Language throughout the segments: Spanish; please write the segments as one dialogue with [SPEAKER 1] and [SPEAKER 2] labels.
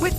[SPEAKER 1] With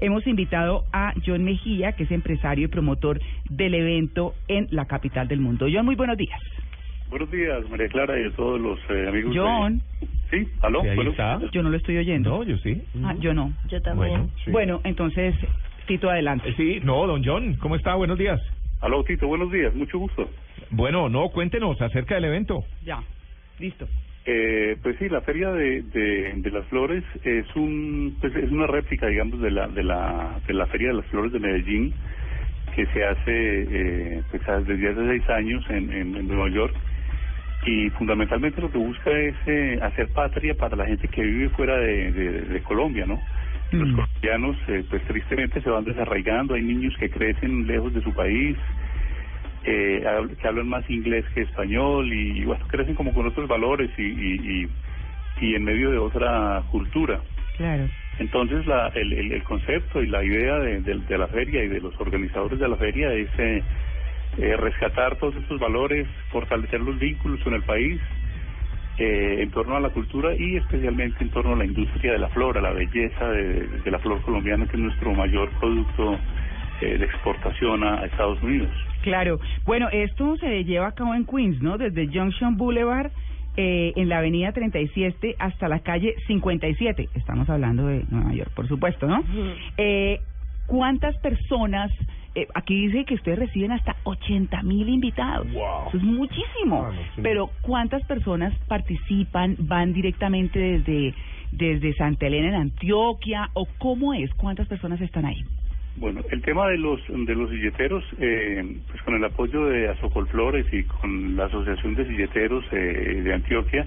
[SPEAKER 2] Hemos invitado a John Mejía, que es empresario y promotor del evento en la capital del mundo. John, muy buenos días.
[SPEAKER 3] Buenos días, María Clara y a todos los eh, amigos. de-
[SPEAKER 2] John,
[SPEAKER 3] Sí, aló.
[SPEAKER 4] Sí, ahí
[SPEAKER 3] buenos
[SPEAKER 4] está.
[SPEAKER 3] días.
[SPEAKER 2] yo no lo estoy oyendo.
[SPEAKER 4] No, yo sí.
[SPEAKER 2] Ah, yo no.
[SPEAKER 5] Yo
[SPEAKER 4] Bueno, sí.
[SPEAKER 2] Bueno, entonces, Tito, adelante.
[SPEAKER 4] Eh, sí, no, don John, ¿cómo está? Buenos días.
[SPEAKER 3] Aló, Tito, buenos días, mucho gusto.
[SPEAKER 4] Bueno, no, cuéntenos acerca del evento.
[SPEAKER 2] Ya, listo.
[SPEAKER 3] Eh, pues sí, la Feria de, de, de las Flores es un pues es una réplica, digamos, de la, de, la, de la Feria de las Flores de Medellín que se hace eh, pues, desde hace seis años en, en, en Nueva York y fundamentalmente lo que busca es eh, hacer patria para la gente que vive fuera de, de- de Colombia, ¿no? Los
[SPEAKER 2] Mm.
[SPEAKER 3] colombianos, eh, pues tristemente se van desarraigando, hay niños que crecen lejos de su país, eh, hab- que hablan más inglés que español y, bueno, crecen como con otros valores y, y, y- y en medio de otra cultura.
[SPEAKER 2] Claro.
[SPEAKER 3] Entonces la, el, el, el concepto y la idea de, de- de la feria y de los organizadores de la feria es eh, eh, rescatar todos estos valores, fortalecer los vínculos con el país eh, en torno a la cultura y especialmente en torno a la industria de la flor, a la belleza de, de la flor colombiana que es nuestro mayor producto eh, de exportación a, a Estados Unidos.
[SPEAKER 2] Claro. Bueno, esto se lleva a cabo en Queens, ¿no? Desde Junction Boulevard, eh, en la avenida 37 hasta la calle 57. Estamos hablando de Nueva York, por supuesto, ¿no? Eh, ¿Cuántas personas... eh, aquí dice que ustedes reciben hasta 80 mil invitados.
[SPEAKER 4] Wow.
[SPEAKER 2] Eso es muchísimo.
[SPEAKER 4] Ah, no, sí.
[SPEAKER 2] Pero ¿cuántas personas participan, van directamente desde, desde Santa Elena en Antioquia? ¿O cómo es? ¿Cuántas personas están ahí?
[SPEAKER 3] Bueno, el tema de los de los silleteros, eh, pues con el apoyo de Azocol Flores y con la Asociación de Silleteros eh, de Antioquia,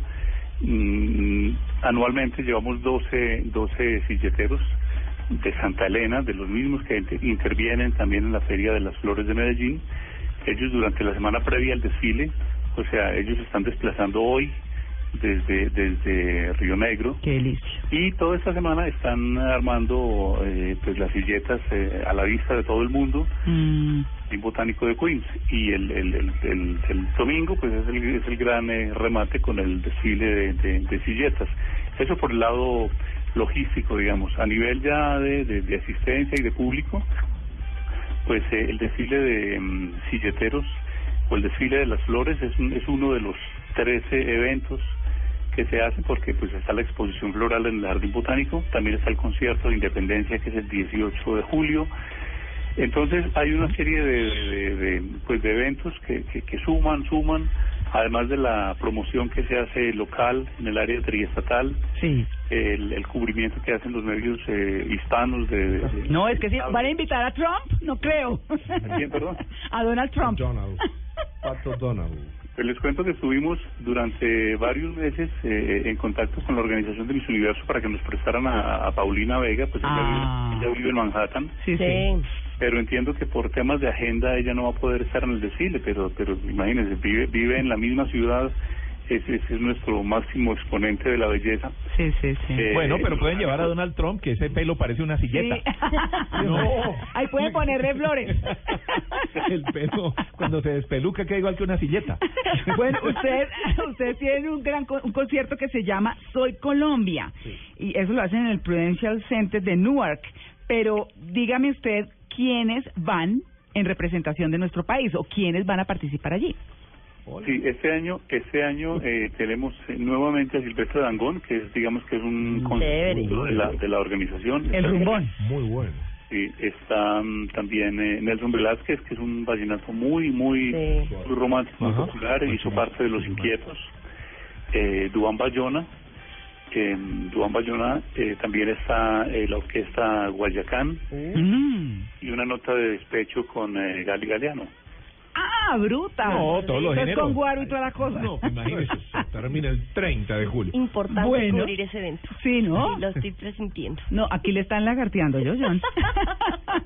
[SPEAKER 3] mm, anualmente llevamos 12, 12 silleteros de Santa Elena, de los mismos que inter- intervienen también en la Feria de las Flores de Medellín. Ellos durante la semana previa al desfile, o sea, ellos se están desplazando hoy desde, desde Río Negro
[SPEAKER 2] Qué delicia.
[SPEAKER 3] y toda esta semana están armando eh, pues las silletas eh, a la vista de todo el mundo
[SPEAKER 2] Mm.
[SPEAKER 3] en Botánico de Queens y el, el, el, el- el domingo pues es el, es el gran eh, remate con el desfile de, de- de silletas eso por el lado logístico digamos a nivel ya de, de- de asistencia y de público pues eh, el desfile de mm, silleteros o el desfile de las flores es, un- es uno de los 13 eventos que se hacen porque pues está la exposición floral en el Jardín Botánico, también está el concierto de Independencia que es el 18 de julio. Entonces hay una serie de, de- de, pues, de eventos que, que- que suman, suman, además de la promoción que se hace local en el área triestatal,
[SPEAKER 2] Sí.
[SPEAKER 3] el, el cubrimiento que hacen los medios eh, hispanos de... de-
[SPEAKER 2] No, es que sí. ¿Van a invitar a Trump? No creo.
[SPEAKER 3] Ah, ¿A quién, perdón?
[SPEAKER 2] A Donald Trump.
[SPEAKER 4] Donald. Pato Donald.
[SPEAKER 3] Pues les cuento que estuvimos durante varios meses eh, en contacto con la organización de Miss Universo para que nos prestaran a, a Paulina Vega, pues ella
[SPEAKER 2] Ah.
[SPEAKER 3] vive- ella vive en Manhattan.
[SPEAKER 2] Sí, sí.
[SPEAKER 3] pero entiendo que por temas de agenda ella no va a poder estar en el desfile, pero pero imagínense, vive, vive en la misma ciudad, ese, ese es nuestro máximo exponente de la belleza.
[SPEAKER 2] Sí, sí, sí.
[SPEAKER 3] Eh,
[SPEAKER 4] Bueno, pero pueden llevar a Donald Trump, que ese pelo parece una silleta. No.
[SPEAKER 2] Ahí pueden ponerle flores.
[SPEAKER 4] El pelo, cuando se despeluca, queda igual que una silleta.
[SPEAKER 2] Bueno, ustedes ustedes tienen un gran con- un concierto que se llama Soy Colombia y eso lo hacen en el Prudential Center de Newark. Pero dígame usted quiénes van en representación de nuestro país o quiénes van a participar allí.
[SPEAKER 3] Sí, este año, este año eh, tenemos eh, nuevamente a Silvestre Dangón, que es, digamos que es
[SPEAKER 4] Mm.
[SPEAKER 3] un concepto de la, de la organización.
[SPEAKER 2] El rumbón.
[SPEAKER 4] Muy bueno.
[SPEAKER 3] Sí, está mm, también eh, Nelson Velázquez, que es un vallenato muy, muy, muy romántico, muy
[SPEAKER 4] Ajá.
[SPEAKER 3] popular, eh, hizo parte de Los Inquietos. Eh, Duan Bayona, que en Duan Bayona eh, también está eh, la orquesta Guayacán
[SPEAKER 2] Mm.
[SPEAKER 3] y una nota de despecho con eh, Gali Galeano.
[SPEAKER 2] ¡Ah, bruta!
[SPEAKER 4] No, todos
[SPEAKER 2] Eso
[SPEAKER 4] los
[SPEAKER 2] es
[SPEAKER 4] géneros.
[SPEAKER 2] con guaro y toda la cosa.
[SPEAKER 4] No, imagínese, se termina el 30 de julio.
[SPEAKER 6] Importante
[SPEAKER 2] Bueno.
[SPEAKER 6] cubrir ese evento.
[SPEAKER 2] Sí, ¿no?
[SPEAKER 6] Sí, lo estoy presintiendo.
[SPEAKER 2] No, aquí le están lagarteando yo, John.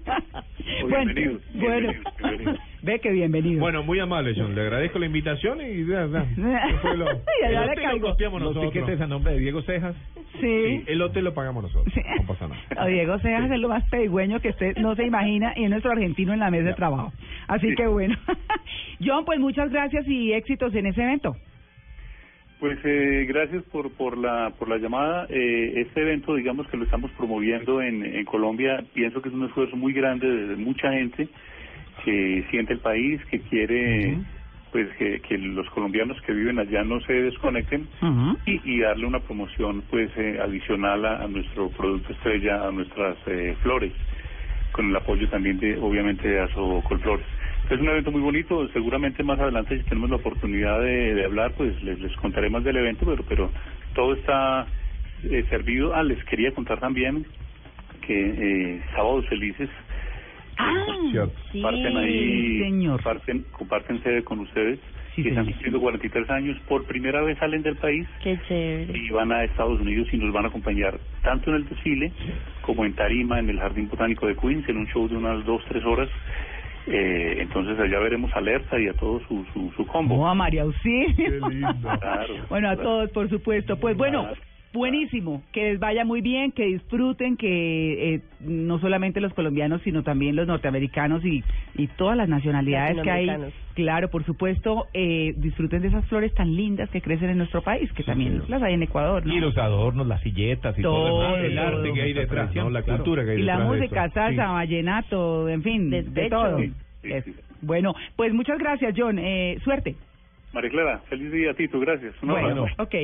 [SPEAKER 2] bueno,
[SPEAKER 3] bienvenidos,
[SPEAKER 2] bueno.
[SPEAKER 3] bienvenidos, bienvenidos.
[SPEAKER 2] Ve que bienvenido.
[SPEAKER 4] Bueno, muy amable, John. Le agradezco la invitación y... Ya, ya. Eso fue lo-
[SPEAKER 2] Y allá
[SPEAKER 4] el
[SPEAKER 2] le
[SPEAKER 4] hotel
[SPEAKER 2] caigo.
[SPEAKER 4] lo costeamos
[SPEAKER 2] Los
[SPEAKER 4] nosotros.
[SPEAKER 2] tiquetes
[SPEAKER 4] a nombre de Diego Cejas.
[SPEAKER 2] sí.
[SPEAKER 4] el hotel lo pagamos nosotros.
[SPEAKER 2] Sí.
[SPEAKER 4] No pasa nada.
[SPEAKER 2] A Diego Cejas es lo más pedigüeño que usted no se imagina y es nuestro argentino en la mesa de trabajo. Así que bueno. John, pues muchas gracias y éxitos en ese evento.
[SPEAKER 3] Pues eh, gracias por, por, la, por la llamada. Eh, este evento, digamos que lo estamos promoviendo en, en Colombia, pienso que es un esfuerzo muy grande de mucha gente que siente el país, que quiere pues que, que los colombianos que viven allá no se desconecten y, y darle una promoción pues eh, adicional a, a nuestro producto estrella, a nuestras eh, flores, con el apoyo también de obviamente de Azocol Flores. Es un evento muy bonito, seguramente más adelante si tenemos la oportunidad de, de hablar, pues les, les contaré más del evento, pero, pero todo está eh, servido. Ah, les quería contar también que eh, Sábados Felices
[SPEAKER 4] Cierto.
[SPEAKER 6] Sí.
[SPEAKER 3] parten ahí,
[SPEAKER 2] Sí, señor.
[SPEAKER 3] Parten, comparten sede con ustedes,
[SPEAKER 2] Sí,
[SPEAKER 3] que están
[SPEAKER 2] señor.
[SPEAKER 3] cumpliendo 43 años, por primera vez salen del país
[SPEAKER 6] Qué chévere.
[SPEAKER 3] y van a Estados Unidos y nos van a acompañar tanto en el desfile como en Tarima, en el Jardín Botánico de Queens, en un show de unas dos, tres horas. Eh, entonces allá veremos alerta y a todo su, su, su combo.
[SPEAKER 2] Oh, a María Auxilio.
[SPEAKER 4] Qué lindo.
[SPEAKER 3] Claro.
[SPEAKER 2] Bueno, a todos, por supuesto. Pues bueno,
[SPEAKER 3] Claro.
[SPEAKER 2] buenísimo. Que les vaya muy bien, que disfruten, que eh, no solamente los colombianos, sino también los norteamericanos y, y todas las nacionalidades que hay.
[SPEAKER 6] Latinoamericanos.
[SPEAKER 2] Claro, por supuesto, eh, disfruten de esas flores tan lindas que crecen en nuestro país, que también
[SPEAKER 4] señor.
[SPEAKER 2] las hay en Ecuador. ¿no?
[SPEAKER 4] Y los adornos, las silletas y todo,
[SPEAKER 2] Todo,
[SPEAKER 4] lo demás, el
[SPEAKER 2] todo,
[SPEAKER 4] arte que hay
[SPEAKER 2] todo,
[SPEAKER 4] detrás, ¿no? la
[SPEAKER 2] claro.
[SPEAKER 4] cultura que hay
[SPEAKER 2] Y la
[SPEAKER 4] detrás. de
[SPEAKER 2] música,
[SPEAKER 4] esto.
[SPEAKER 2] salsa,
[SPEAKER 4] Sí.
[SPEAKER 2] vallenato, en fin, de
[SPEAKER 6] Despecho.
[SPEAKER 2] todo.
[SPEAKER 3] Sí, sí,
[SPEAKER 2] Es-
[SPEAKER 3] sí.
[SPEAKER 2] Bueno, pues muchas gracias, John. Eh, suerte.
[SPEAKER 3] María Clara, feliz día a ti, tú, gracias. Un abrazo.
[SPEAKER 2] bueno, ok.